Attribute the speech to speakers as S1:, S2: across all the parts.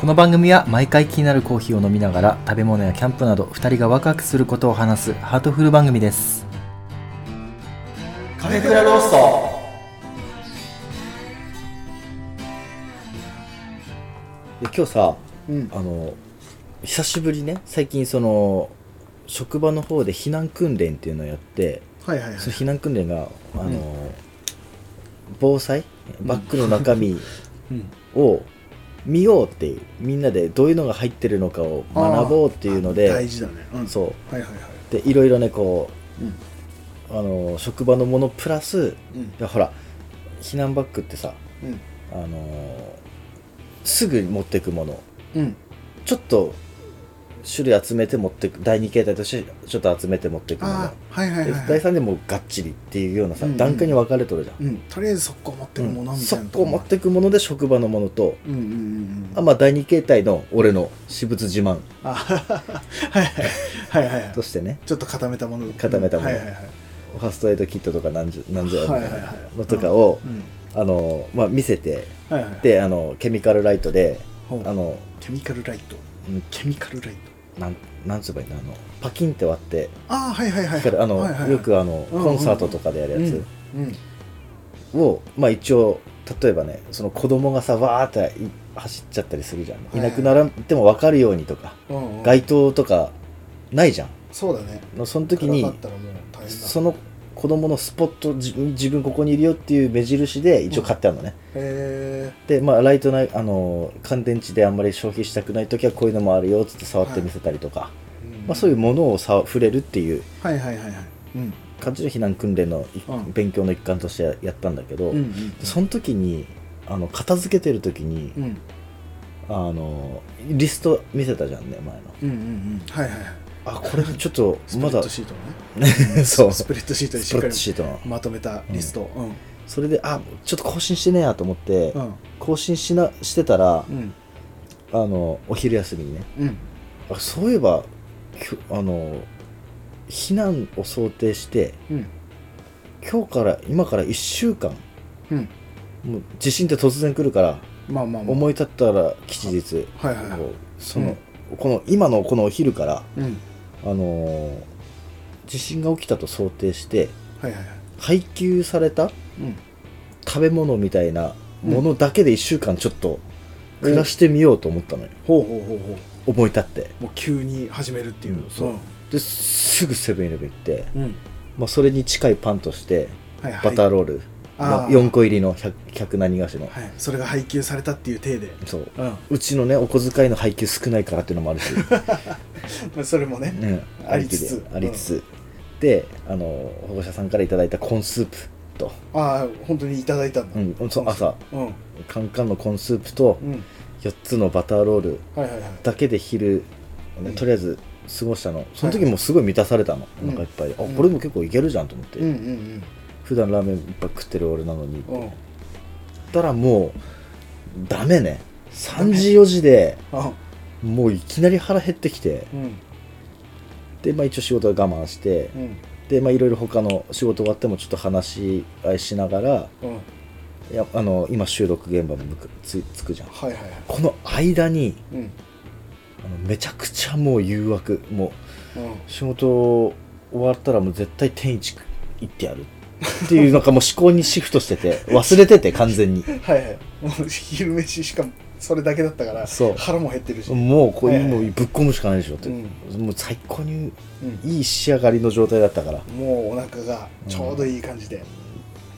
S1: この番組は毎回気になるコーヒーを飲みながら食べ物やキャンプなど2人がワクワクすることを話すハートフル番組です
S2: カフェクラロースト
S1: 今日さ
S2: うん
S1: あの久しぶりね最近その職場の方で避難訓練っていうのをやって
S2: はいはいはい
S1: その避難訓練があの、防災バッグの中身
S2: うん
S1: を見ようっていうみんなでどういうのが入ってるのかを学ぼうっていうの
S2: あーあ大
S1: で
S2: 事だねうん
S1: そう
S2: はいはいはい
S1: でいろいろねこ
S2: うん
S1: うあの職場のものプラス
S2: うん
S1: いやほら避難バッグってさ
S2: うん
S1: あのーすぐ持ってくもの
S2: うん
S1: ちょっと種類集めて持ってく第二形態としてちょっと集めて持ってくも
S2: あ
S1: の
S2: あはいはい
S1: で
S2: はいは
S1: 第
S2: い
S1: 三でもうがっちりっていうようなさ、
S2: うんうん
S1: 段階に分かれとるじゃん、
S2: うんとりあえず速攻持って
S1: う
S2: る
S1: ん
S2: ものみたいな
S1: そこ持ってくもので職場のものと
S2: うんうんうんう
S1: あ
S2: ん
S1: まあ第二形態の俺の私物自慢
S2: あはいはいはいはい
S1: としてね
S2: ちょっと固めたもの
S1: 固めたもの
S2: はいはいはい
S1: ファーストエイドキットとか何十何千円みたい
S2: はいはい
S1: な
S2: はい
S1: のとかを
S2: う、ん
S1: あのーまあ、見せて
S2: はいはい
S1: であのケミカルライトで
S2: ほう
S1: あの
S2: ケミカルライト
S1: うん
S2: ケミカルライト
S1: なんなんつえばいいのあのパキンって割って
S2: ああはいはいはい
S1: 光るあの、
S2: はいはいはい
S1: よくあの
S2: うんうん
S1: コンサートとかでやるや
S2: う
S1: つ
S2: んうん
S1: を、まあ一応例えばねその子供がさわーってい走っちゃったりするじゃん、い
S2: い
S1: なくならんても分かるようにとか
S2: うんうん
S1: 街灯とかないじゃん
S2: そうだね
S1: のその時に
S2: 暗かったらもう大変だ
S1: その子供のスポットじ自分ここにいるよっていう目印で一応買ってあるのね、
S2: へ
S1: でまあライトないあの乾電池であんまり消費したくない時はこういうのもあるよっつって触ってみせたりとか、
S2: え
S1: まあ、そういう
S2: う
S1: ものをさ触れるっていうん
S2: はいはいはいはいうん
S1: 感じの避難訓練のい、
S2: うん
S1: 勉強の一環としてやったんだけど、
S2: うんうん
S1: その時にあの片付けてる時に、
S2: うん
S1: あのリスト見せたじゃんね前の
S2: うんうんうんはいはいはい
S1: あこれちょっと
S2: スプ
S1: ま
S2: レッ
S1: だ
S2: トシートの ね
S1: そう
S2: ス
S1: ス
S2: プレッドシート
S1: プ
S2: でしっ
S1: レ
S2: か
S1: ッドシ
S2: り
S1: ートの
S2: まとめたリストうん
S1: それであちょっと更新してねえやと思って、
S2: うん
S1: 更新しなしてたら
S2: うん
S1: あのお昼休みにね
S2: うん
S1: あそういえばきょあの避難を想定して
S2: うん
S1: 今日から今から1週間
S2: うん
S1: もう地震って突然来るから
S2: まあまあまあ
S1: 思い立ったら吉日
S2: はいはいはい
S1: こうその、この今のこのお昼から、
S2: うん
S1: あのー地震が起きたと想定して
S2: はいはいはい
S1: 配給された
S2: うん
S1: 食べ物みたいなものだけで1週間ちょっと
S2: うん
S1: 暮らしてみようと思ったのよ、
S2: ほうほうほうほ
S1: 思い立って
S2: うもう急に始めるっていう
S1: うんそうですぐセブンイレブン行って、
S2: うんうん
S1: まあ、それに近いパンとして
S2: はいはい
S1: バターロール、ま
S2: あ
S1: あ、
S2: ー
S1: 4個入りの 100, 100何菓子の、
S2: はいそれが配給されたっていう体で
S1: そう
S2: うんま
S1: うちのねお小遣いの配給少ないからっていうのもあるし
S2: あそれもね
S1: ね、
S2: ありつつ
S1: ありつつ、であの保護者さんからいただいたコーンスープと、
S2: ああ本当にいただいたんだ
S1: うん、そう朝
S2: うん
S1: カンカンのコーンスープと
S2: うん
S1: 4つのバターロール
S2: はいはいはい
S1: だけで昼、ね
S2: うん
S1: とりあえず過ごしたのその時もすごい満たされたの、
S2: うん
S1: お腹いっぱいで、
S2: うん
S1: あこれも結構いけるじゃんと思って、
S2: うんうん
S1: 普段ラーメンいっぱい食ってる俺なのにって
S2: うんうん
S1: たらもうダメね3時4時で
S2: あ
S1: もういきなり腹減ってきて
S2: うん
S1: で、まあ、一応仕事は我慢して
S2: うん
S1: でまあいろいろ他の仕事終わってもちょっと話し合いしながら
S2: うん
S1: いやあの今収録現場に向くつつくじゃん
S2: はいはいはい
S1: この間に
S2: うん
S1: あのめちゃくちゃもう誘惑も
S2: うん
S1: う仕事終わったらもう絶対天一行ってやるっていうなんかもう思考にシフトして て忘れてて完全に
S2: はいはいもう昼飯しかもそれだけだったから
S1: そう
S2: 腹も減ってるしうん
S1: もうこう
S2: はいはい
S1: もうぶっ込むしかないでしょって、
S2: う
S1: もう最高にいい仕上がりの状態だったから
S2: もうお腹がちょうどいい感じで、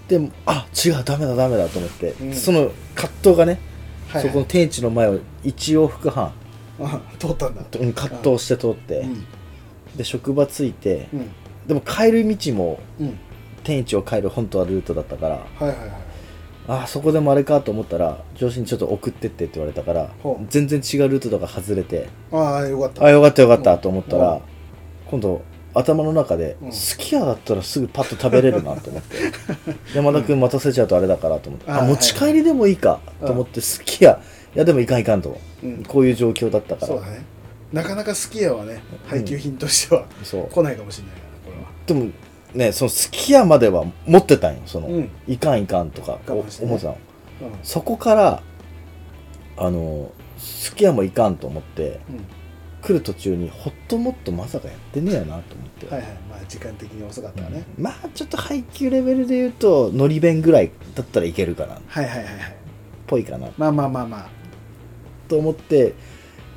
S1: でもあ違うダメだダメだと思って、
S2: うん
S1: その葛藤がね、
S2: はい
S1: そこの天一の前を一往復半
S2: うん 通ったんだ
S1: うん葛藤して通って、
S2: うん
S1: で職場着いて、
S2: うん
S1: でも帰る道も
S2: うん
S1: 天一を帰る本当はルートだったから
S2: はいはいはい
S1: ああそこでもあれかと思ったら上司にちょっと送ってってって言われたから
S2: ほう
S1: 全然違うルートとか外れて
S2: ああよかった
S1: あよかったよかったと思った
S2: うん
S1: ら今度頭の中で
S2: うん
S1: すき家だったらすぐパッと食べれるなと思って 山田君待たせちゃうとあれだからと思って
S2: あ
S1: あ
S2: ー
S1: 持ち帰りでもいいかと思ってすき家いやでもいかんいかんと
S2: うん
S1: こういう状況だったか
S2: そう
S1: ら
S2: だねなかなかすき家はね配給品としては
S1: そう
S2: 来ないかもしれないからこれは
S1: でもねそのすき家までは持ってたんよその、
S2: うん
S1: いかんいかんとか
S2: 我
S1: 思っ
S2: 慢しててね
S1: たのそこからあのすき家もいかんと思って
S2: うん
S1: 来る途中にホットモットまさかやってねえよなと思って、
S2: はいはいまあ時間的に遅かったわね、
S1: まあちょっと配給レベルで言うとのり弁ぐらいだったらいけるかなっ
S2: はいはいはいはい
S1: ぽいかな
S2: まあまあまあまあ
S1: と思って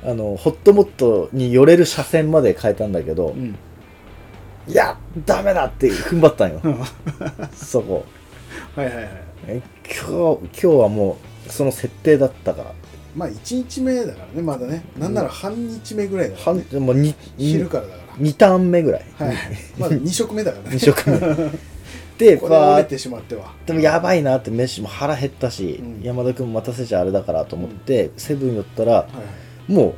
S1: あのホットモットに寄れる車線まで変えたんだけど、
S2: うん
S1: いやダメだって踏ん張ったんよ
S2: は
S1: そこ
S2: いはいはい
S1: え今日今日はもうその設定だったから
S2: まあ1日目だからねまだねなんなら半日目ぐらいだから、
S1: 半
S2: ね
S1: もう 2,
S2: 昼からだから
S1: 2ターン目ぐらい、
S2: はいはいまだ2食 目だからね
S1: 2食目 で
S2: ここで折
S1: バー
S2: れてしまっては
S1: でもやばいなって飯も腹減ったし、
S2: うん
S1: 山田君も待たせちゃあれだからと思って、セブン寄ったら
S2: はいはい
S1: も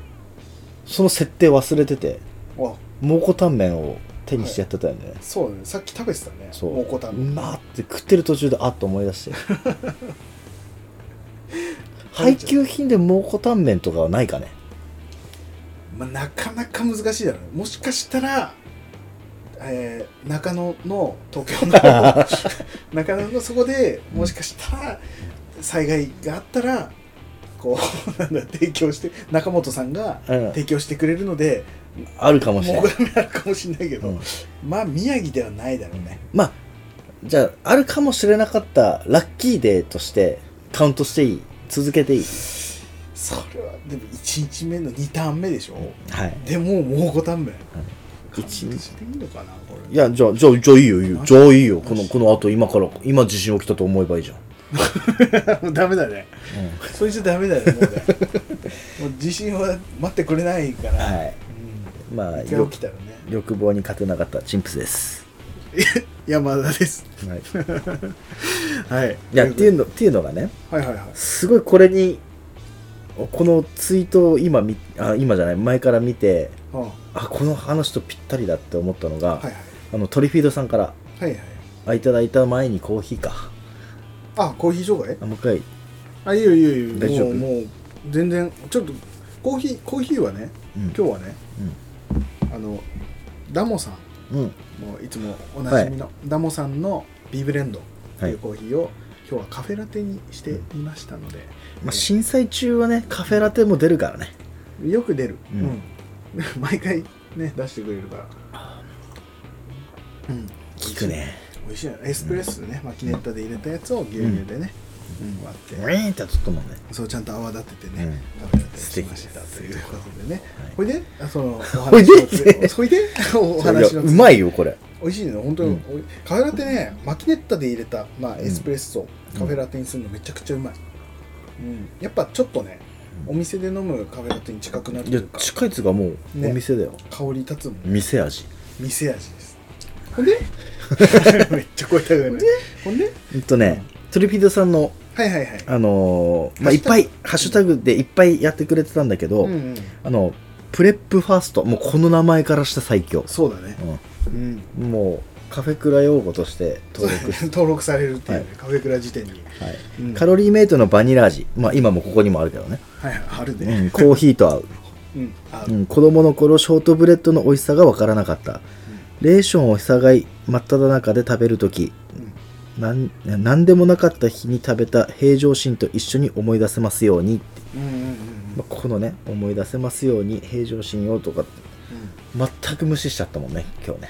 S1: うその設定忘れてて
S2: お
S1: 蒙古タンメンを手にしてやってたよね、
S2: そうだねさっき食べてたね
S1: そう
S2: 蒙古タンメン
S1: うまーって食ってる途中であっと思い出して 配給品で蒙古タンメンとかはないかね
S2: まあ、なかなか難しいだろうねもしかしたら、えー中野の東京の 中野のそこでもしかしたら災害があったらこう なんだ提供して中本さんが
S1: うん
S2: 提供してくれるので
S1: あるかもしれ
S2: も
S1: な
S2: うこ
S1: い、
S2: れもあるかもしれないけど、
S1: うん
S2: まあ宮城ではないだろうね
S1: まあじゃああるかもしれなかったラッキーデーとしてカウントしていい続けていい
S2: それはでも1日目の2ターン目でしょ、
S1: はい
S2: でもう蒙古タンメン感
S1: 一
S2: じていいのかなこ
S1: い
S2: れ
S1: や、じゃあ、じゃあ、じゃあいいよ、いいよ。じゃあいいよ。この、この後、今から、今地震起きたと思えばいいじゃん。
S2: もうダメだね
S1: う
S2: それじゃダメだよ もうねもう自信は待ってくれないから、
S1: ん。はい。まあ、
S2: うん、今
S1: よ
S2: 日来たらね
S1: 欲望に勝てなかったチンプスです。
S2: 山田です
S1: はい。い
S2: はい
S1: や、っていう
S2: の
S1: の、っていうのがね、
S2: はいはいはい
S1: すごいこれに、このツイートを今み、あ、今じゃない、前から見て、
S2: うんは
S1: あ、この話とぴったりだって思ったのが、
S2: いはい
S1: あの、トリフィードさんから、
S2: はいはい
S1: あ、いただいた前にコーヒーか。
S2: あコーヒー紹介
S1: あもう一回、
S2: あいいよいいよいいよ
S1: 大丈夫
S2: もうもう全然ちょっとコーヒーコーヒーはね
S1: うん
S2: 今日はね、あのダモさん
S1: うん。
S2: もういつもおなじみの、ダモさんのビブレンドというコーヒーを、今日はカフェラテにしていましたので、
S1: まあ、震災中はね、カフェラテも出るからね。
S2: よく出る、
S1: うん
S2: うん 毎回ね出してくれるからうん
S1: 聞くね。
S2: 美味しいよねエスプレッソでね、マキネッタで入れたやつを牛乳でね、うん割
S1: ウィ
S2: って
S1: ーンってやっとったもんね。
S2: そうちゃんと泡立ててね、
S1: うん
S2: 食べたりしましたということでね
S1: はい
S2: ほいであそのお
S1: ほい
S2: 話の
S1: で
S2: ほいで お話
S1: いや
S2: の
S1: うまいよ、これ。
S2: 美味しいね本当に、
S1: うん
S2: おいカフェラテねマキネッタで入れた、まあ、
S1: ん
S2: エスプレッソ、カフェラテにするのめちゃくちゃうまい、うん、やっぱちょっとねお店で飲むカフェラテに近くなる
S1: い
S2: とい
S1: や
S2: うか
S1: 近いっつうかもう
S2: ね
S1: お店だよ、
S2: 香り立つもん
S1: 店味
S2: 店味ですほんで めっちゃ声高いねほんで
S1: ほんとねトリピードさんの
S2: はいはいはい
S1: あのーまあ
S2: ハッ
S1: い
S2: シ
S1: っ
S2: ュタ
S1: ぱ
S2: グ
S1: いハッシュタグでいっぱいやってくれてたんだけど、
S2: うんうん
S1: あのプレップファーストもうこの名前からした最強、
S2: そうだねうん
S1: うん、もうカフェクラ用語として登録、
S2: 登録されるっていうね、
S1: は
S2: カフェクラ辞典に
S1: はい
S2: うん
S1: カロリーメイトのバニラ味まあ今もここにもあるけどね、
S2: はいはいある
S1: う
S2: ね
S1: んコーヒーと合 う、
S2: うんあ
S1: うん、子供の頃ショートブレッドの美味しさが分からなかったレーションを従い真っ只中で食べるとき
S2: うん
S1: なん何でもなかった日に食べた平常心と一緒に思い出せますように、
S2: うんうんうんうん
S1: まあ、このね思い出せますように平常心をとか全く無視しちゃったもんね今日ね、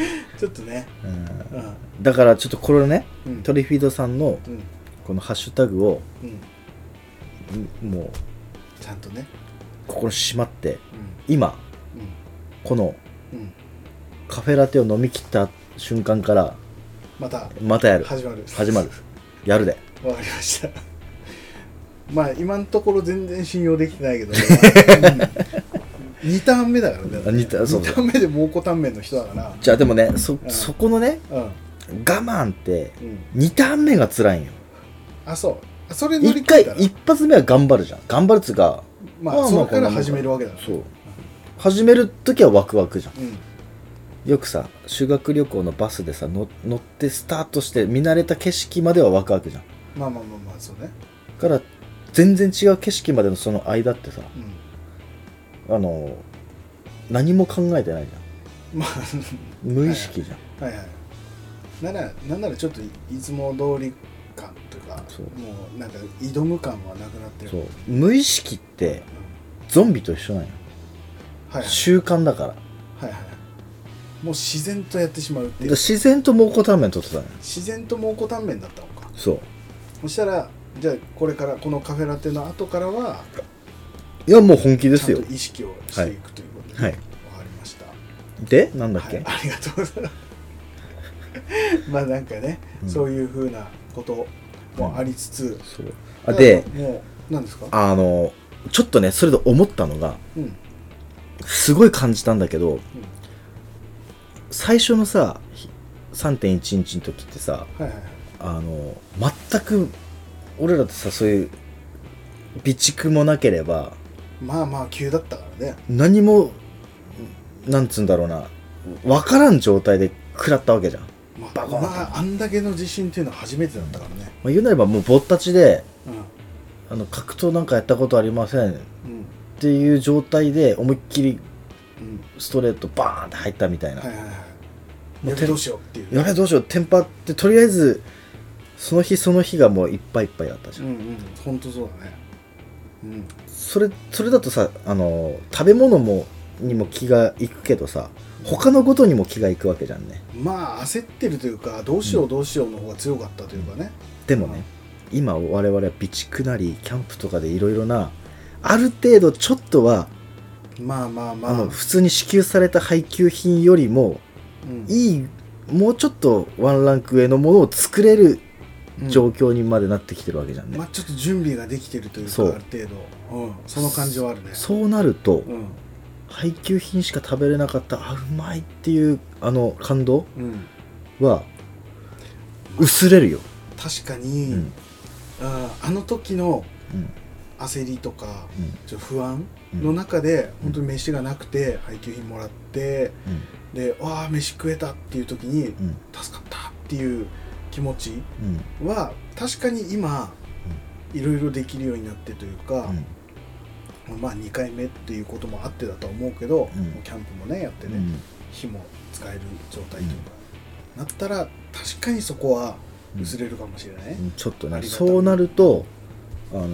S2: うんちょっとね
S1: うん
S2: うん
S1: だからちょっとこれね
S2: うん
S1: トリフィードさんの
S2: うん
S1: このハッシュタグを
S2: うん
S1: んもう
S2: ちゃんとね
S1: ここにしまって
S2: うん
S1: 今
S2: うん
S1: この
S2: うん
S1: カフェラテを飲み切った瞬間から
S2: また
S1: またやる
S2: 始まる
S1: 始まるやるで
S2: わかりました。まあ今のところ全然信用できてないけど、 まあうん、2ターン目だからね。
S1: 二ターンそうそう
S2: 二ターン目で蒙古タンメンの人だから。
S1: じゃあでもねそ
S2: うん
S1: そこのね
S2: うん。
S1: 我慢って
S2: うん。
S1: 2ターン目が辛いんよ
S2: あ、そう。あそれ乗り
S1: 一
S2: 切
S1: 回
S2: ったら、
S1: 一発目は頑張るじゃん頑張るっつうかま
S2: ま
S1: あま
S2: あ
S1: あ
S2: そこか
S1: こんな
S2: ら
S1: もんだ
S2: 始めるわけだから。
S1: そう始める時はワクワクじゃ
S2: うん。
S1: んよくさ修学旅行のバスでさの乗ってスタートして見慣れた景色まではワクワクじゃんだ
S2: まあまあまあまあ、そうね。
S1: から全然違う景色までのその間ってさ
S2: うん。
S1: あの何も考えてないじ
S2: ま
S1: ゃん 無意識じゃん、
S2: あ、はいはい。なら、なんならちょっといいつも通り感というか、は
S1: そう
S2: もうなんか挑む感はなくなってる
S1: そう無意識って
S2: うん
S1: ゾンビと一緒なんよ
S2: はいはい
S1: 習慣だから
S2: はいはいもう自然とやってしまうっ
S1: で
S2: ていう
S1: 自然と蒙古タンメン取ってたのよ
S2: 自然と蒙古タンメンだったのか
S1: そう
S2: そしたらじゃあこれからこのカフェラテの後からはい
S1: やもう本気です
S2: ちゃ
S1: よ
S2: んと意識をしていくということで、
S1: はい
S2: わかりました
S1: でなんだっけ、
S2: はい、ありがとうございます まあなんかね、
S1: うん
S2: そういうふうなこともありつつ、
S1: そうあで
S2: もう何ですか
S1: あのちょっとねそれで思ったのが
S2: うん
S1: すごい感じたんだけど最初のさひ3.1日の時ってさ
S2: はいはいはい
S1: あの全く俺らってさそういう備蓄もなければ
S2: まあまあ急だったからね
S1: 何もなんつうんだろうな分からん状態で食らったわけじゃん、ま
S2: ま
S1: バ
S2: あ、
S1: コン
S2: まあ、あんだけの地震っていうのは初めてだったからね
S1: あ、言うなればもうぼったちで
S2: う
S1: あの格闘なんかやったことありませんっ
S2: んうん
S1: ていう状態で思いっきり
S2: うん
S1: ストレートバーンって入ったみたいな、
S2: はいはいはい
S1: もう
S2: や
S1: 手
S2: べどうしようっていう
S1: やべどうしようテンパってとりあえずその日その日がもういっぱいいっぱいだったじゃ、
S2: うんんうん本当そうだねうん
S1: それそれだとさあの食べ物もにも気がいくけどさ他のことにも気がいくわけじゃんね
S2: まあ焦ってるというかどうしようどうしようの方が強かったというかね、
S1: でもね今我々は備蓄なりキャンプとかでいろいろなある程度ちょっとは
S2: まあまあま
S1: あ
S2: あ
S1: の普通に支給された配給品よりも
S2: うん
S1: いいもうちょっとワンランク上のものを作れる
S2: うん
S1: 状況にまでなってきてるわけじゃんね、
S2: まあ、ちょっと準備ができてるというか
S1: そう
S2: ある程度、うん、その感じはあるね
S1: そうなると、
S2: うん
S1: 配給品しか食べれなかったあうまいっていうあの感動
S2: うん、
S1: は薄れるよ、
S2: 確か
S1: う
S2: に、
S1: ん
S2: あーあの時の
S1: うん
S2: 焦りとか
S1: うん
S2: ちょっと不安
S1: うん
S2: の中で、
S1: うん
S2: 本当に飯がなくて配給品もらってでわあ飯食えたっていう時に
S1: うんうん
S2: 助かったっていう気持ち
S1: うん
S2: は確かに今いろいろできるようになってというか、まあ2回目っていうこともあってだとは思うけど、
S1: うん
S2: もうキャンプもねやって
S1: うん
S2: ね、
S1: うん
S2: 火も使える状態というか、なったら確かにそこは
S1: うん
S2: 薄れるかもしれない、
S1: うんちょっと
S2: あ
S1: ね
S2: りがたみ
S1: そうなるとあの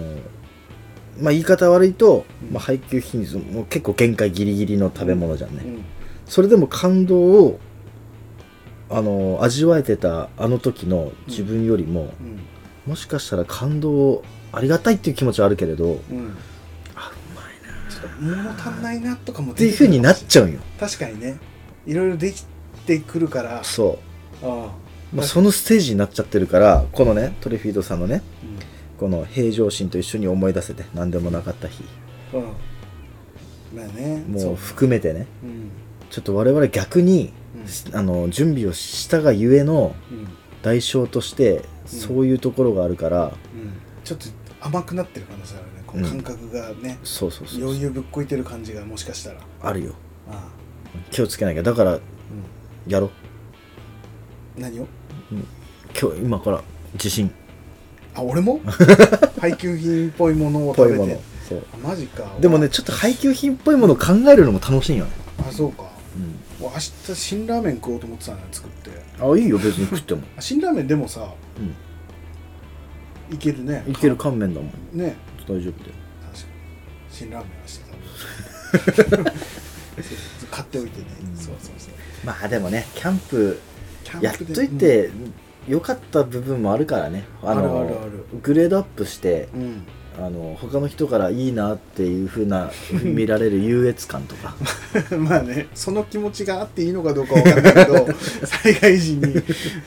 S1: まあ言い方悪いと、
S2: うん
S1: まあ、配給品数もう結構限界ギリギリの食べ物じゃんね、
S2: うん
S1: それでも感動をあの味わえてたあの時の自分よりも、
S2: うん
S1: もしかしたら感動をありがたいっていう気持ちはあるけれど
S2: うん
S1: あうまいな
S2: ちょっと物足んないなとかも
S1: っていう風になっちゃ
S2: う
S1: うんよ
S2: 確かにねいろいろできてくるから
S1: そ
S2: あ
S1: う、まあ、そのステージになっちゃってるからこのねトレフィードさんのね
S2: あ
S1: この平常心と一緒に思い出せて何でもなかった日
S2: うん、うん、まあねそ
S1: もう
S2: う
S1: 含めてね
S2: うん
S1: ちょっと我々逆に、
S2: うん
S1: あの準備をしたがゆえの
S2: うん
S1: 代償としてそういうところがあるから、
S2: うんちょっと甘くなってる可能性あるねこう
S1: うん
S2: 感覚がね、
S1: そうそうそう
S2: 余裕ぶっこいてる感じがもしかしたらあ
S1: あるよ
S2: あ、
S1: 気をつけなきゃだから
S2: う、
S1: やろうん
S2: 何を
S1: 今日今から地震
S2: あ俺 も配給品っぽいものを
S1: っぽい
S2: 食べ
S1: も
S2: て
S1: のそう
S2: あマジか
S1: でもねちょっと配給品っぽいものを考えるのも楽しいよね、
S2: あそうか俺明日辛ラーメン食おうと思ってたのよ作って
S1: あいいよ別に食っても、
S2: あ辛ラーメンでもさ
S1: う
S2: いけるね
S1: ん、いける乾麺だもん
S2: ね
S1: 大丈夫だよ
S2: 確かに辛ラー メン明日食べるそう買っておいてね、
S1: うん
S2: そうそうそう
S1: まあでもねキャンプ
S2: キャンプで
S1: やっといて良かった部分もあるからねあの
S2: あるあるある
S1: グレードアップして
S2: うん、うん
S1: あの他の人からいいなっていうふうな見られる優越感とか
S2: まあねその気持ちがあっていいのかどうかわかんないけ ど災害時に、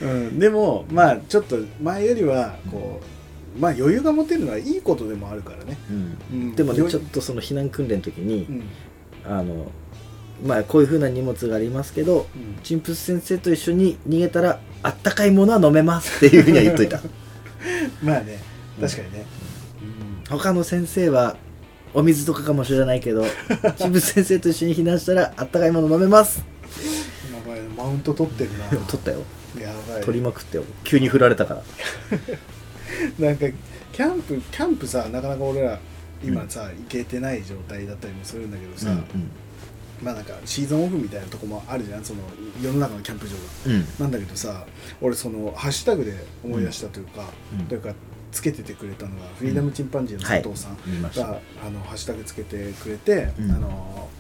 S2: うん、でもまあちょっと前よりはこうまあ余裕が持てるのはいいことでもあるからね、
S1: うん
S2: うん
S1: でもね
S2: 余
S1: ちょっとその避難訓練の時に、
S2: うん
S1: あのまあこういうふうな荷物がありますけど
S2: うん
S1: チンプス先生と一緒に逃げたらあったかいものは飲めますっていうふうには言っと いた
S2: まあね
S1: うん
S2: 確かにね、
S1: 他の先生はお水とかかもしれないけどチンプス先生と一緒に避難したらあったかいもの飲めます
S2: やばいマウント取ってる な
S1: 取ったよ
S2: やばい
S1: 取りまくってよ急に振られたから
S2: なんかキャンプキャンプさなかなか俺ら今さ行けてない状態だったりもするんだけどさ、まあなんかシーズンオフみたいなとこもあるじゃんその世の中のキャンプ場が
S1: うんうん
S2: なんだけどさ俺そのハッシュタグで思い出したというか、
S1: うん
S2: というかつけててくれたのがフリーダムチンパンジーの
S1: はい
S2: 佐藤さん
S1: 見まし
S2: が、
S1: た
S2: あのハッシュタグつけてくれて、
S1: うん
S2: あの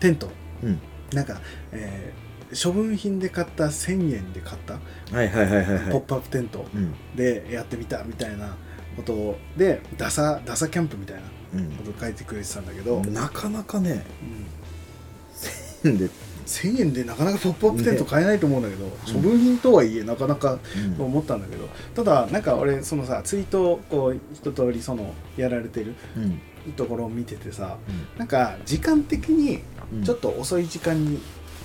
S2: テント
S1: うん
S2: なんか、えー処分品で買った1000円で買った、
S1: はいはいはいはいは
S2: ポッ
S1: い
S2: プアップテント
S1: うん
S2: でやってみたみたいなことをでダサダサキャンプみたいなこ
S1: う
S2: とを書いてくれてたんだけど、うん
S1: んなかなかねで
S2: 1000円でなかなかポップアップテント買えないと思うんだけど、処分品とはいえなかなか
S1: うん
S2: と思ったんだけどただなんか俺そのさツイートをこう一通りそのやられてる
S1: うん
S2: ところを見ててさ
S1: うん
S2: なんか時間的に
S1: うん
S2: ちょっと遅い時間に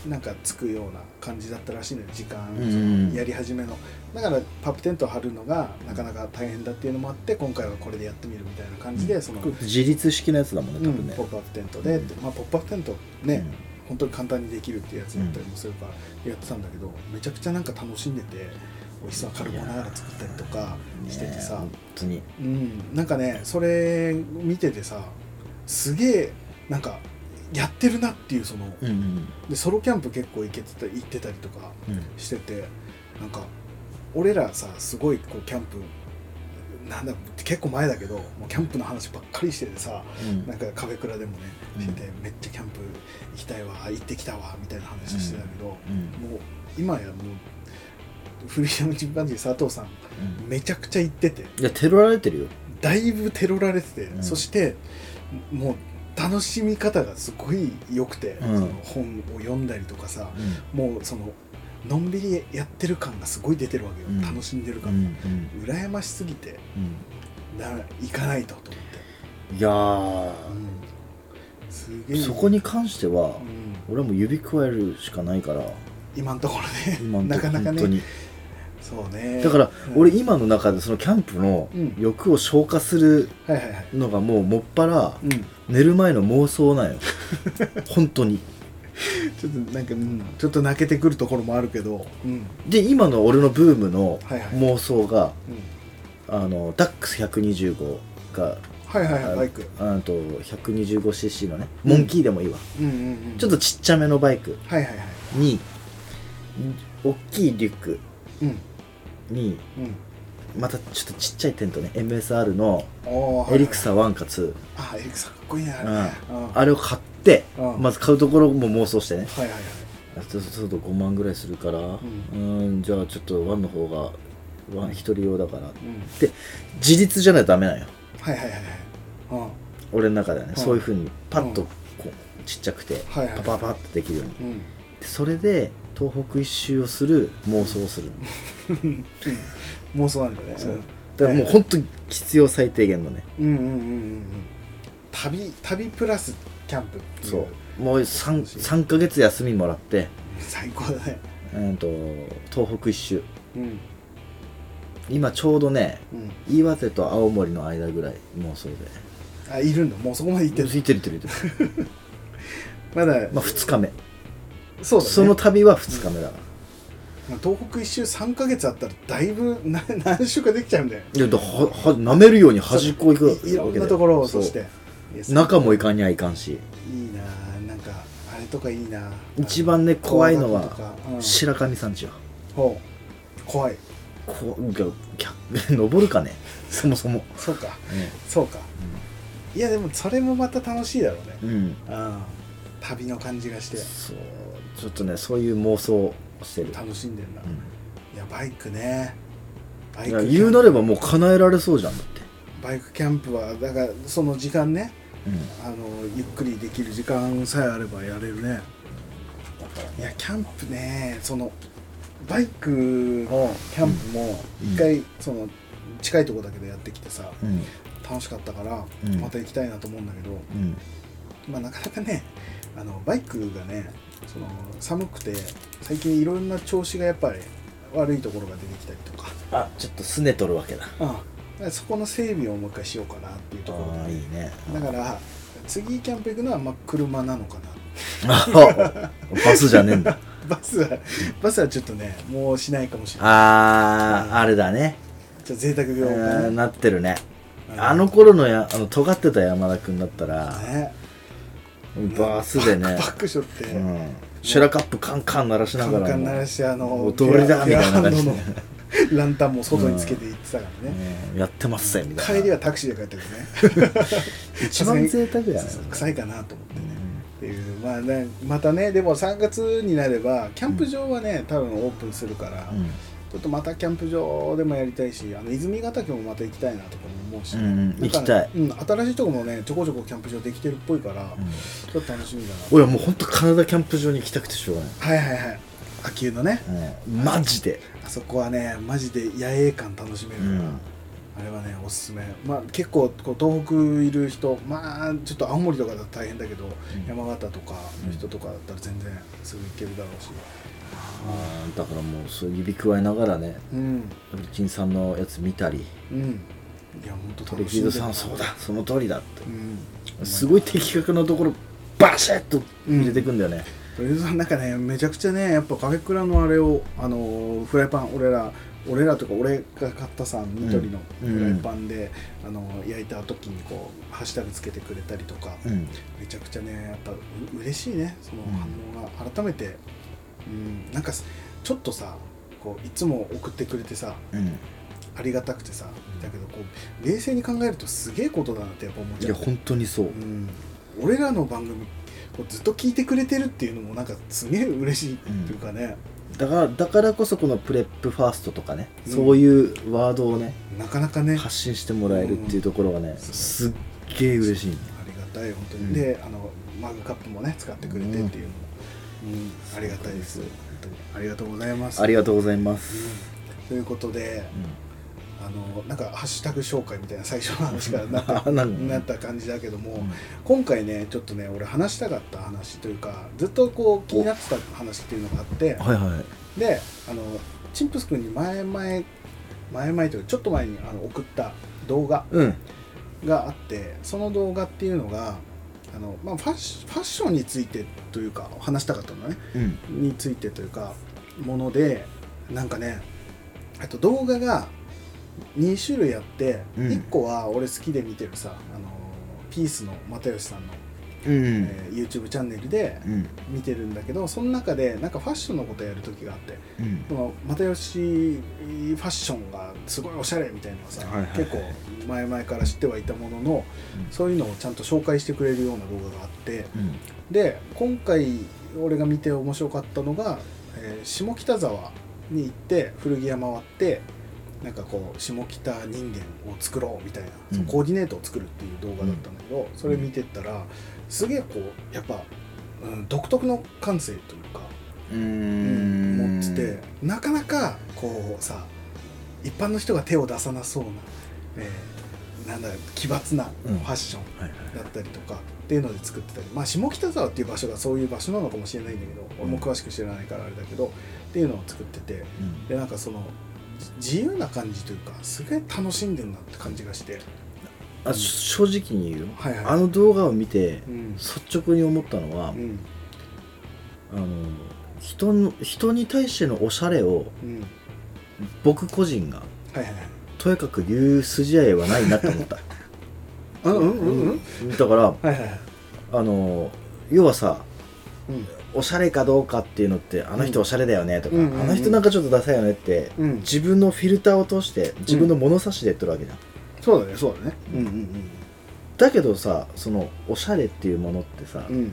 S2: なんかつくような感じだったらしいのよ時間、
S1: うんうんうん
S2: やり始めのだからパップテントを張るのがなかなか大変だっていうのもあって今回はこれでやってみるみたいな感じでその、
S1: 自立式のやつだもんね
S2: う
S1: 多
S2: ん
S1: 分ね
S2: ポップアップテントで、
S1: うん
S2: まあ、ポップアップテントね、本当に簡単にできるっていうやつだったりもするからやってたんだけど、めちゃくちゃなんか楽しんでて美味しそうなカルボナーラ作ったりとか
S1: うん
S2: してて
S1: ねえ
S2: さ、
S1: 本当に
S2: うん、なんかねそれ見ててさすげえなんかやってるなっていうその、
S1: うんうん
S2: でソロキャンプ結構行けてた行ってたりとか
S1: うん
S2: しててなんか俺らさすごいこうキャンプなんだ結構前だけどもうキャンプの話ばっかりしててさ
S1: うん
S2: なんかカフェクラでもね
S1: うん
S2: してて、めっちゃキャンプ行きたいわ行ってきたわみたいな話してたけど、
S1: うん
S2: もう今やもうフリーダムチンパンジー佐藤さん
S1: うん
S2: めちゃくちゃ行ってて
S1: いやテロられてるよ
S2: だいぶテロられてて、
S1: うん
S2: そしてもう楽しみ方がすごい良くて、
S1: うん
S2: その本を読んだりとかさもうそののんびりやってる感がすごい出てるわけよ、
S1: うん
S2: 楽しんでる
S1: う
S2: 感が、
S1: んうん
S2: 羨ましすぎて
S1: う
S2: な行かないとと思って、
S1: んいやー
S2: うんすげえ
S1: そこに関しては
S2: うん
S1: 俺はもう指くわえるしかないから
S2: 今のところ
S1: 今の
S2: ねな
S1: とこ
S2: かなか
S1: 本当
S2: ね
S1: に
S2: そうね
S1: だから
S2: うん
S1: 俺今の中でそのキャンプの
S2: うん
S1: 欲を消化する
S2: はいはいはい
S1: のがもうもっぱら
S2: うん、ち
S1: 寝る前の妄想なん よ本当に
S2: ょっとなんか、うん、ちょっと泣けてくるところもあるけど、うん
S1: で今の俺のブームの
S2: はいはい
S1: 妄想が
S2: うん、
S1: あのダックス125が
S2: はいはいはいバイク、
S1: あと 125cc のね
S2: うん
S1: モンキーでもいいわ、
S2: うんうんうん、
S1: ちょっとちっちゃめのバイク
S2: はいはいはい
S1: に大きいリュック
S2: うん
S1: に
S2: うん
S1: またちょっとちっちゃいテントね MSR の
S2: おー
S1: エリク
S2: ん
S1: サ1か2
S2: あエリクサかっこいいねあれ
S1: うん
S2: ねうん
S1: あれを買って
S2: うん
S1: まず買うところも妄想してね
S2: はいはいはい
S1: あそうすると5万ぐらいするからうんんじゃあちょっと1の方が1人用だから
S2: うん
S1: 自立じゃないとダメなんよ
S2: はいはいはいはいうんは
S1: 俺の中ではね、
S2: うん
S1: そういうふうにパッと
S2: う
S1: こうちっちゃくて
S2: いはい
S1: パパパッとできるように
S2: うん
S1: でそれで東北一周をする妄想をするの
S2: 妄想なんだね
S1: そうだからもう本当に必要最低限のね
S2: うんうんうんうんうん旅旅プラスキャンプっていう
S1: そうもう 3, 3ヶ月休みもらって、
S2: 最高だね
S1: うん、と東北一周
S2: うん
S1: 今ちょうどね
S2: うん
S1: 岩手と青森の間ぐらい妄想で
S2: あいるんだもうそこまで行ってる
S1: いてるいてるいてる
S2: まだ
S1: まあ2日目
S2: そうだね
S1: その旅は2日目だから、
S2: まあ東北一周3ヶ月あったらだいぶな何周かできちゃうんだよ
S1: いやだはは舐めるように端っこ行くわけ
S2: い
S1: で
S2: いろんなところをそし
S1: う
S2: ていやそう
S1: 中も行かんにはいかんし
S2: いいなあなんかあれとかいいなあ
S1: 一番ね怖いの
S2: 怖
S1: は
S2: かったとかうん
S1: 白神山地は
S2: ほう怖い
S1: こういや逆 登るかねそもそも
S2: そうかそうかいやでもそれもまた楽しいだろうね
S1: うん、うん、
S2: うん旅の感じがして
S1: そうちょっとねそういう妄想をしてる、
S2: 楽しんでんな
S1: うん
S2: いやバイクねバイ
S1: いや
S2: ク
S1: 言うなればもう叶えられそうじゃんだって、
S2: バイクキャンプはだからその時間ね
S1: うん、
S2: あのゆっくりできる時間さえあればやれるねいやキャンプねそのバイクのキャンプも
S1: うん
S2: 一回その近いところだけどやってきてさ
S1: うん
S2: 楽しかったから
S1: うん
S2: また行きたいなと思うんだけど、
S1: うん
S2: まあ、なかなかねあのバイクがねその寒くて最近いろんな調子がやっぱり悪いところが出てきたりとか,、
S1: あちょっとすねとるわけだ
S2: うん、だからそこの整備をもう一回しようかなっていうところ
S1: ああ
S2: で、
S1: いいね
S2: だから次キャンプ行くのはまあ車なのかな
S1: あバスじゃねえんだ
S2: バスはバスはちょっとねもうしないかもしれない
S1: あーあれだね、
S2: ちょっと贅沢
S1: え
S2: 病
S1: ー、
S2: かな
S1: なってるね
S2: うん
S1: あの頃のやあの尖ってた山田君だったら
S2: ね
S1: バスで
S2: バ
S1: ね
S2: ックショって、
S1: うんシェラカップカンカン鳴らし
S2: カ
S1: なが
S2: ンカ
S1: ら
S2: ン鳴
S1: も
S2: らしてあの
S1: 踊りだみたいな感じ
S2: ピア
S1: で
S2: ノのランタンも外につけて行ってたからね、
S1: うんやってますぜみたいな
S2: 帰りはタクシーで帰ったけどね
S1: 一番贅沢やな
S2: そうそう臭いかなと思ってね、っていうまあねまたねでも3月になればキャンプ場はね、多分オープンするから、
S1: うん
S2: ちょっとまたキャンプ場でもやりたいしあの泉ヶ岳もまた行きたいなとかも思うし、
S1: う
S2: ね
S1: んうん
S2: なんか
S1: 行きたい
S2: うん、新しいとこもねちょこちょこキャンプ場できてるっぽいから、
S1: うん
S2: ちょっと楽しみだな
S1: 俺はもう本当カナダキャンプ場に行きたくてしょうが
S2: はいはいはい秋湯のね
S1: ない、うん、マジで、
S2: あそこはねマジで野営感楽しめる
S1: う
S2: から、
S1: ん、
S2: あれはねおすすめ、まあ、結構こう東北いる人まあちょっと青森とかだと大変だけど、山形とかの人とかだったら全然すぐ行けるだろうし
S1: あーだからもうそう指くわえながらね
S2: うん
S1: ブリキンさんのやつ見たり
S2: うんいや本当
S1: トレ
S2: 楽
S1: キ
S2: し
S1: ー
S2: ん
S1: ド
S2: で
S1: さんそうだその通りだって
S2: うん
S1: すごい的確なところバシッと入れてくんだよね、
S2: トレードさんなんかねめちゃくちゃねやっぱカフェクラのあれをあのーフライパン俺ら俺らとか俺が買ったさ緑の
S1: うん
S2: フライパンで、あのー焼いた時にこうハッシュタグつけてくれたりとか、
S1: うん
S2: めちゃくちゃねやっぱう嬉しいねその
S1: うん
S2: 反応が改めて、うん、なんかすちょっとさこういつも送ってくれてさ
S1: うん
S2: ありがたくてさだけどこう冷静に考えるとすげえことだなってやっぱ思っ
S1: い
S2: ちゃ
S1: や
S2: う、
S1: 本当にそう
S2: うん、俺らの番組こうずっと聞いてくれてるっていうのもなんかすげえ嬉しいっていうかね、
S1: だからだからこそこのプレップファーストとかね、
S2: うん
S1: そういうワードをね
S2: なかなかね
S1: 発信してもらえるっていうところがね、
S2: ん
S1: すっげえ嬉しいね
S2: ありがたい本当に、
S1: うん
S2: であのマグカップもね使ってくれてっていうのも、うんありがたいです
S1: そう
S2: 本
S1: です
S2: 当にありがとうございます
S1: ありがとうございます、
S2: ということであのなんかハッシュタグ紹介みたいな最初の話からなっ
S1: あ
S2: た
S1: な
S2: な
S1: るほど
S2: った感じだけども、
S1: うん
S2: 今回ねちょっとね俺話したかった話というかずっとこう気になってた話っていうのがあって
S1: はいはい
S2: であのチンプス君に前々前々というかちょっと前にあの送った動画
S1: うん
S2: があってその動画っていうのがあの、まあ、ファッシファッションについてというか話したかったのね
S1: うん
S2: についてというかものでなんかねあと動画が2種類あって、
S1: うん
S2: 1個は俺好きで見てるさあのピースの又吉さんの、
S1: うん
S2: えー YouTube チャンネルで
S1: うん
S2: 見てるんだけどその中でなんかファッションのことやる時があって
S1: うん
S2: その又吉ファッションがすごいおしゃれみたいなのはさ、
S1: はいはいはい
S2: 結構前々から知ってはいたものの、
S1: うん
S2: そういうのをちゃんと紹介してくれるような動画があって。
S1: うん
S2: で今回俺が見て面白かったのが、えー下北沢に行って古着屋回ってなんかこう下北人間を作ろうみたいな、
S1: うん
S2: そのコーディネートを作るっていう動画だったんだけど、それ見てったらすげえこうやっぱ、うん、独特の感性というか、
S1: う
S2: うん持っててなかなかこうさ一般の人が手を出さなそうな、えーなんだろう奇抜なファッション、
S1: はいはい
S2: だったりとかっていうので作ってたり、まあ、下北沢っていう場所がそういう場所なのかもしれないんだけど俺も詳しく知らないからあれだけどっていうのを作ってて
S1: うん
S2: でなんかそのじ自由な感じというかすげえ楽しんでるなって感じがして
S1: あし正直に言うよ
S2: はいはい
S1: あの動画を見て
S2: うん
S1: 率直に思ったのは、
S2: うん
S1: あの人の人に対してのおしゃれを
S2: うん
S1: 僕個人が
S2: はいはいはい
S1: とやかく言う筋合いはないなと思った
S2: うんうんうんうん
S1: だから
S2: はいはいはい
S1: あの要はさ
S2: うん
S1: おしゃれかどうかっていうのってあの人おしゃれだよねとか、
S2: うんうんうん
S1: あの人なんかちょっとダサいよねって
S2: うん
S1: 自分のフィルターを通して自分の物差しで言ってるわけじゃん、
S2: そうだねそうだねうん
S1: だけどさそのおしゃれっていうものってさ、
S2: うんうん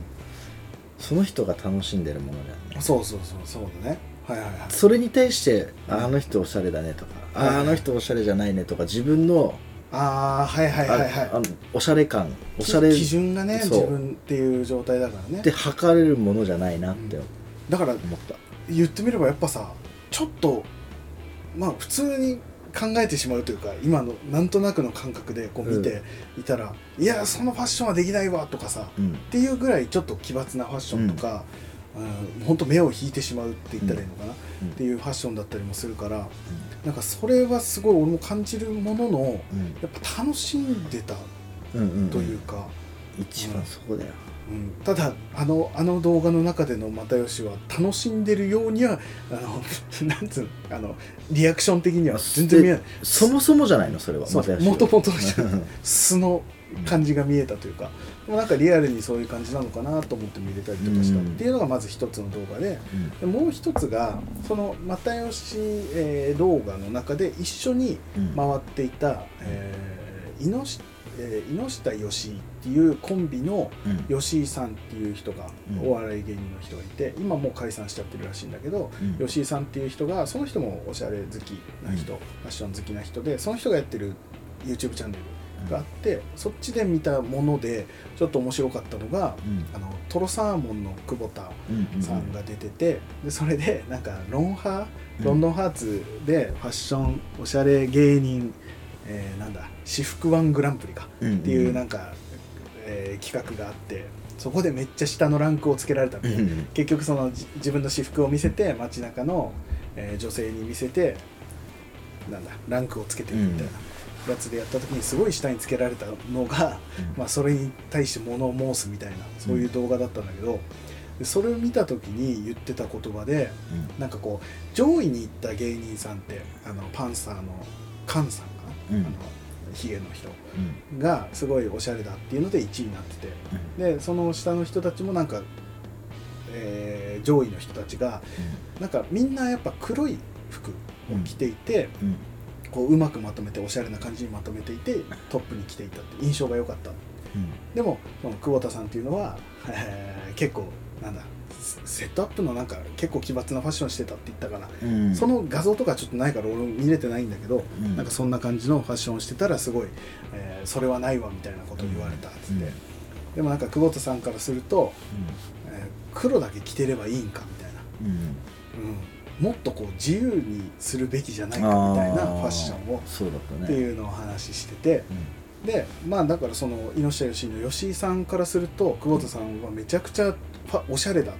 S1: その人が楽しんでるものだよね
S2: うんそうそうそうそうだねはいはいはい
S1: それに対してああの人おしゃれだねとか、
S2: はいはい
S1: ああの人おしゃれじゃないねとか自分の,
S2: ああはいは
S1: あ、
S2: いはい
S1: あ
S2: は
S1: のおしゃれ感
S2: い
S1: おしゃれ
S2: 基基準がね
S1: そう
S2: 自分っていう状態だからね
S1: で測れるものじゃないなって
S2: だから
S1: 思った、
S2: 言ってみればやっぱさちょっとまあ普通に考えてしまうというか今のなんとなくの感覚でこう見ていたら、いやそのファッションはできないわとかさっ
S1: うん
S2: ていうぐらいちょっと奇抜なファッションとか、うんほんと目を引いてしまうって言ったらいいのかな、
S1: うん
S2: っていうファッションだったりもするからなんかそれはすごい俺も感じるものの
S1: うん
S2: やっぱ楽しんでた
S1: うんうんうん
S2: というか、
S1: 一番そこだよ、
S2: うんただあのあの動画の中での又吉は楽しんでるようにはあの なんつうのあのリアクション的には全然見えない
S1: そもそもじゃないのそれは
S2: そう
S1: 又吉
S2: もともとの人
S1: うん
S2: 素の感じが見えたというか、でもなんかリアルにそういう感じなのかなと思って見れたりとかした、
S1: うん
S2: っていうのがまず一つの動画で
S1: うん
S2: でもう一つがその又吉、えー動画の中で一緒に
S1: うん
S2: 回っていた、えー、猪えー猪下義井っていうコンビの
S1: うん
S2: 吉井さんっていう人が、
S1: うん
S2: お笑い芸人の人がいて今もう解散しちゃってるらしいんだけど、
S1: うん
S2: 吉井さんっていう人がその人もおしゃれ好きな人、
S1: う
S2: ファッション好きな人でその人がやってる YouTube チャンネルがあって、そっちで見たものでちょっと面白かったのが
S1: うん
S2: あのトロサーモンの久保田
S1: うんうん
S2: さんが出てて、でそれでなんかロンハ
S1: う
S2: ー、
S1: ん
S2: ロンドンハーツでファッションおしゃれ芸人、えーなんだ私服ワングランプリかっていうなんか、えー企画があってそこでめっちゃ下のランクをつけられたみたいな
S1: うんうん
S2: 結局そのじ自分の私服を見せて街中の、えー女性に見せてなんだランクをつけてるみたいなやつでやった時にすごい下につけられたのが、まあ、それに対して物を申すみたいなそういう動画だったんだけど、でそれを見た時に言ってた言葉で
S1: うん
S2: なんかこう上位に行った芸人さんってあのパンサーのカンさんかな、
S1: うん
S2: あのヒゲの人
S1: うん
S2: がすごいおしゃれだっていうので1位になってて。でその下の人たちもなんか、えー上位の人たちがなんかみんなやっぱ黒い服を着ていて、
S1: うんうん
S2: うこううまくまとめておしゃれな感じにまとめていてトップに来ていたって印象が良かったでもその久保田さんっていうのは、えー結構なんだセセットアップのなんか結構奇抜なファッションしてたって言ったから、
S1: うんうん
S2: その画像とかちょっとないから俺も見れてないんだけど、
S1: うん
S2: なんかそんな感じのファッションをしてたらすごい、えーそれはないわみたいなことを言われたっつって、
S1: うん
S2: でもなんか久保田さんからすると、えー黒だけ着てればいいんかみたいな、
S1: うん
S2: うん、もっとこう自由にするべきじゃないかみたいなファッションを
S1: あーそうだったね
S2: っていうのを話しててでまあだからその猪下義井の吉井さんからすると久保田さんはめちゃくちゃファおしゃれだ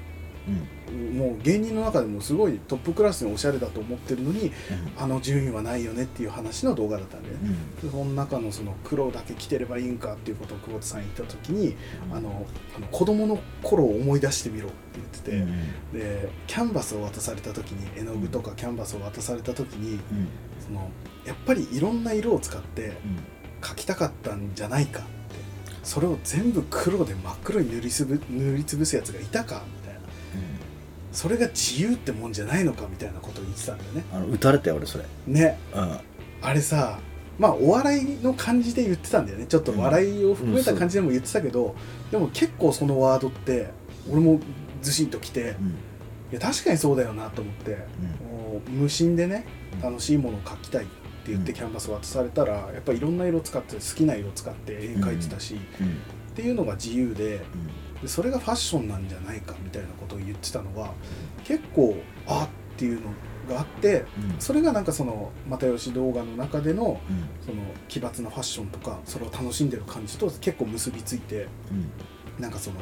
S1: うんうん
S2: もう芸人の中でもすごいトップクラスにおしゃれだと思ってるのにあの順位はないよねっていう話の動画だったんで、ね
S1: うん
S2: でその中のその黒だけ着てればいいんかっていうことを久保田さん言った時に、
S1: うん
S2: あのあの子供の頃を思い出してみろって言ってて、
S1: うん
S2: でキャンバスを渡された時に絵の具とかキャンバスを渡された時に
S1: うん
S2: そのやっぱりいろんな色を使って
S1: うん
S2: 描きたかったんじゃないかってそれを全部黒で真っ黒に塗りつぶ塗りつぶすやつがいたかみたいなそれが自由ってもんじゃないのかみたいなことを言ってたんだよね
S1: あの打たれたよ俺それ
S2: ね
S1: うん
S2: あれさまあお笑いの感じで言ってたんだよねちょっと笑いを含めた感じでも言ってたけど、でも結構そのワードって俺もずしんときて
S1: うん
S2: いや確かにそうだよなと思って
S1: うん
S2: もう無心でね
S1: うん
S2: 楽しいものを描きたいって言って
S1: うん
S2: キャンバス渡されたらやっぱりいろんな色使って好きな色使って絵描いてたし、っ
S1: うん
S2: ていうのが自由ででそれがファッションなんじゃないかみたいなことを言ってたのは結構あっていうのがあって
S1: うん
S2: それがなんかその又吉動画の中での
S1: うん
S2: その奇抜なファッションとかそれを楽しんでる感じと結構結びついて
S1: うん
S2: なんかその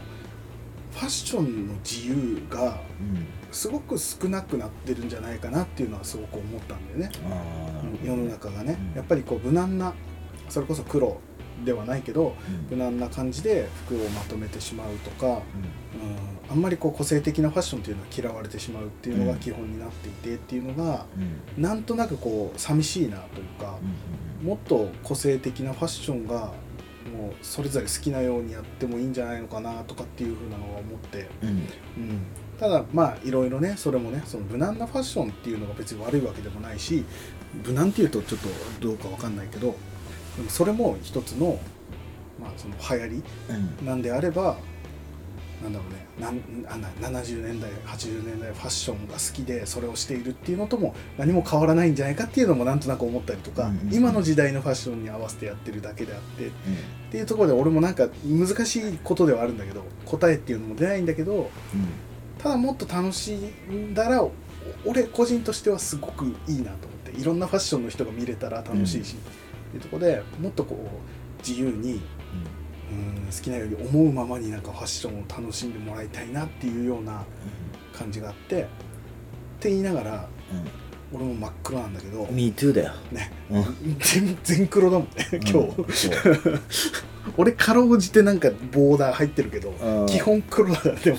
S2: ファッションの自由が
S1: うん
S2: すごく少なくなってるんじゃないかなっていうのはすごく思ったんだよね
S1: あーなるほど
S2: 世の中がね、
S1: うん
S2: やっぱりこう無難なそれこそ黒ではないけど無
S1: うん
S2: 難な感じで服をまとめてしまうとか、うん、あんまりこう個性的なファッションというのは嫌われてしまうっていうのが基本になっていてっていうのが
S1: うんうん
S2: なんとなくこう寂しいなというか、
S1: うん
S2: もっと個性的なファッションがもうそれぞれ好きなようにやってもいいんじゃないのかなとかっていうふうなのは思って。
S1: うん
S2: うん、ただまあいろいろねそれもねその無難なファッションっていうのが別に悪いわけでもないし無難っていうとちょっとどうかわかんないけどでもそれも一つの,、まあその流行
S1: うん
S2: りなんであればなんだろうねなんあんな70年代80年代ファッションが好きでそれをしているっていうのとも何も変わらないんじゃないかっていうのもなんとなく思ったりとか、
S1: うんうんうん
S2: 今の時代のファッションに合わせてやってるだけであってっ
S1: うん
S2: ていうところで俺もなんか難しいことではあるんだけど答えっていうのも出ないんだけど
S1: うん
S2: ただもっと楽しんだらお俺個人としてはすごくいいなと思っていろんなファッションの人が見れたら楽しいし、っていうところでもっとこう自由にうん好きなように思うままになんかファッションを楽しんでもらいたいなっていうような感じがあってって言いながら俺も真っ黒なんだけど、
S1: うん Me too だよ
S2: ね
S1: うん
S2: 全全黒だもんね今日、
S1: うんそう
S2: 俺かろうじてなんかボーダー入ってるけど
S1: あー
S2: 基本黒だからね俺も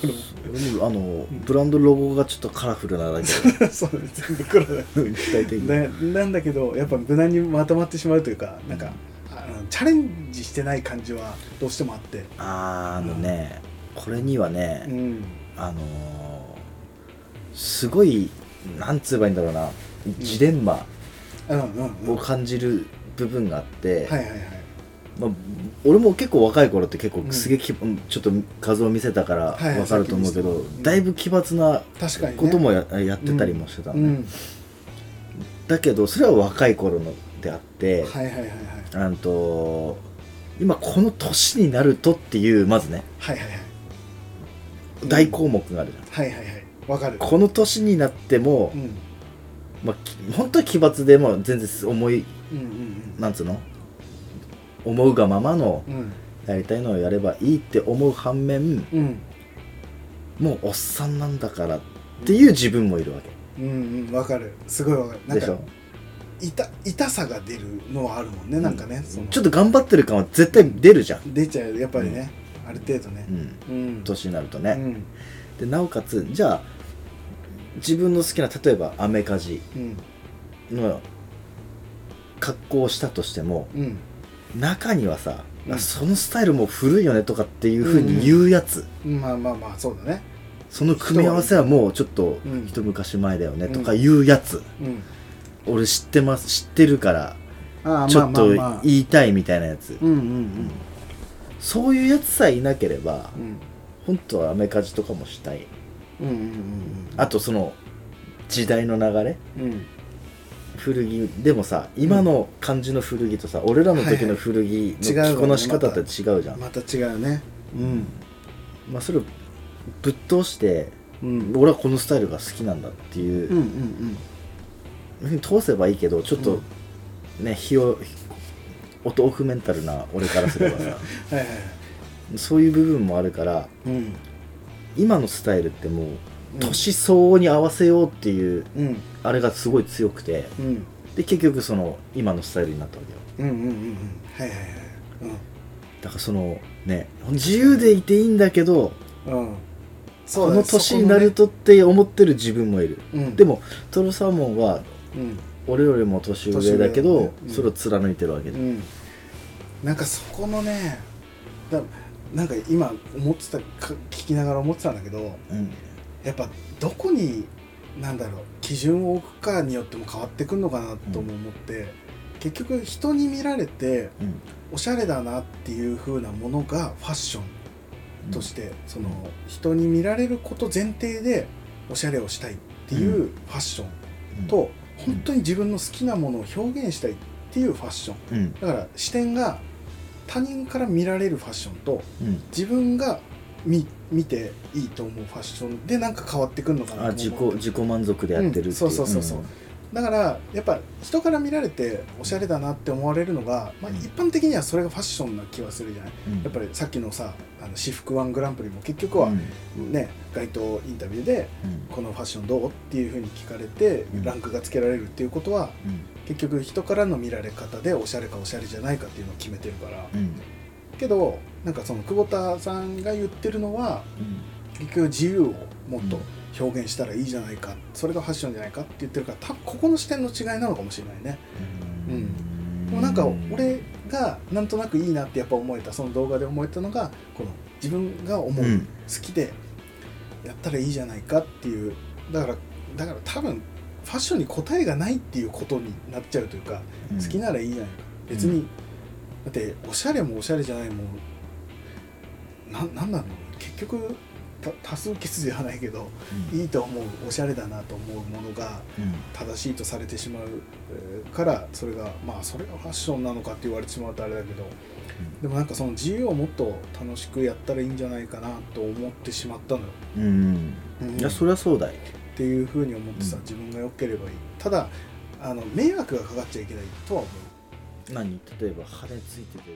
S1: 俺もあのブランドロゴがちょっとカラフルなだけ
S2: そう全部黒だ
S1: で具体的に
S2: ね、なんだけどやっぱ無難にまとまってしまうというかなんかあののチャレンジしてない感じはどうしてもあって、
S1: あーあのね、これにはね、
S2: うん、
S1: あのーすごいなんつえばいいんだろうなジレンマ
S2: うんうんうん
S1: を感じる部分があって、
S2: はいはいはい
S1: まあ、俺も結構若い頃って結構
S2: うん
S1: すげえき、ちょっと画像見せたから
S2: はいはい
S1: 分かると思うけど、
S2: さっき見せた
S1: だいぶ奇抜な
S2: 確かにね
S1: こともや,、やってたりもしてたの
S2: う
S1: ね、
S2: ん
S1: だけどそれは若い頃のであって、
S2: はいはいはいはい
S1: あんと今この年になるとっていうまずね
S2: はいはいはいうん
S1: 大項目があるじゃん、
S2: はいはいはいわかる
S1: この年になっても
S2: う、ん
S1: まあ、き本当は奇抜でもう全然思い
S2: うんうん
S1: なんつうの思うがままの
S2: うん
S1: やりたいのをやればいいって思う反面
S2: うんうん
S1: もうおっさんなんだからっていう自分もいるわけ
S2: うんうんわかるすごいわかるなん
S1: でしょ
S2: か痛痛さが出るのはあるもんねなんかねその
S1: ちょっと頑張ってる感は絶対出るじゃん、
S2: 出ちゃうやっぱりねある程度ね
S1: うん、
S2: うん
S1: 年になると
S2: う
S1: ね、
S2: ん
S1: でなおかつじゃあ自分の好きな例えばアメカジ
S2: うん
S1: の格好をしたとしても
S2: うん
S1: 中にはさ、あ
S2: うん
S1: そのスタイルもう古いよねとかっていうふうに言うやつ、
S2: うんまあまあまあそうだね
S1: その組み合わせはもうちょっと
S2: うん
S1: 一昔前だよねとかいうやつ、
S2: うん
S1: 俺知ってます知ってるから
S2: ああ
S1: ちょっと
S2: まあまあまあ
S1: 言いたいみたいなやつ、
S2: うんうん
S1: そういうやつさえいなければ
S2: うんうん
S1: 本当はアメカジとかもしたい
S2: うんうんうん
S1: あとその時代の流れ
S2: うんうん
S1: 古着でもさ今の感じの古着とさ、俺らの時の古着
S2: はいはい
S1: の着この仕方って違うじゃん、ま
S2: また違うねうん
S1: あ、それをぶっ通して
S2: うん
S1: 俺はこのスタイルが好きなんだっていう
S2: うんう、ん
S1: 通せばいいけどちょっと、ね日を音オフメンタルな俺からすれば さ
S2: はいはいはい
S1: そういう部分もあるから
S2: うん
S1: 今のスタイルってもう年相応に合わせようっていう
S2: うん
S1: あれがすごい強くて
S2: うん
S1: で結局その今のスタイルになったわけよ
S2: うんうんうんうんはいはいはい
S1: だからそのね自由でいていいんだけど
S2: うんうんそ
S1: こ
S2: うだ
S1: の
S2: ね
S1: 年になるとって思ってる自分もいる、
S2: そこのねうん
S1: でもトロサーモンは
S2: うん
S1: 俺よりも年上だけど
S2: 年上だよねうん
S1: それを貫いてるわけ
S2: う
S1: で、
S2: んなんかそこのねだなんか今思ってたか聞きながら思ってたんだけど
S1: うん
S2: やっぱどこになんだろう基準を置くかによっても変わってくるのかなとも思って、結局人に見られて
S1: うん
S2: おしゃれだなっていう風なものがファッションとして、その
S1: うん
S2: 人に見られること前提でおしゃれをしたいっていううファッション
S1: うん、
S2: と、本当に自分の好きなものを表現したいっていうファッション
S1: うん
S2: だから視点が他人から見られるファッションと
S1: うん、
S2: 自分が見見ていいと思うファッションでなんか変わってくるのかな
S1: あ
S2: と
S1: 自己
S2: 思って
S1: 自己満足でやってるっていう、
S2: うんそうそうそうそうだからやっぱ人から見られておしゃれだなって思われるのが、まあ、
S1: うん
S2: 一般的にはそれがファッションな気はするじゃない
S1: うん
S2: やっぱりさっきのさあの私服ワングランプリも結局は
S1: うん
S2: ね、街頭インタビューで
S1: うん
S2: 「このファッションどう?」っていうふうに聞かれて
S1: うん
S2: ランクがつけられるっていうことは結局人からの見られ方でおしゃれかおしゃれじゃないかっていうのを決めてるから
S1: うんうん
S2: けどなんかその久保田さんが言ってるのは結局自由をもっと表現したらいいじゃないかそれがファッションじゃないかって言ってるから多分ここの視点の違いなのかもしれないね
S1: うん
S2: でもなんか俺がなんとなくいいなってやっぱ思えたその動画で思えたのがこの自分が思う、
S1: うん
S2: 好きでやったらいいじゃないかっていうだからだから多分ファッションに答えがないっていうことになっちゃうというか、
S1: うん
S2: 好きならいいじゃないか別に、だっておしゃれもおしゃれじゃないもんななんなの結局た多数決じゃないけど
S1: うん
S2: いいと思うおしゃれだなと思うものが
S1: うん
S2: 正しいとされてしまうえーからそれがまあそれがファッションなのかって言われてしまうとあれだけどでもなんかその自由をもっと楽しくやったらいいんじゃないかなと思ってしまったのよ、
S1: うん
S2: うん
S1: いやそりゃそうだよ
S2: っていうふうに思ってさ
S1: うん
S2: 自分が良ければいいただあの迷惑がかかっちゃいけないとは思う
S1: 何例えば羽ついてて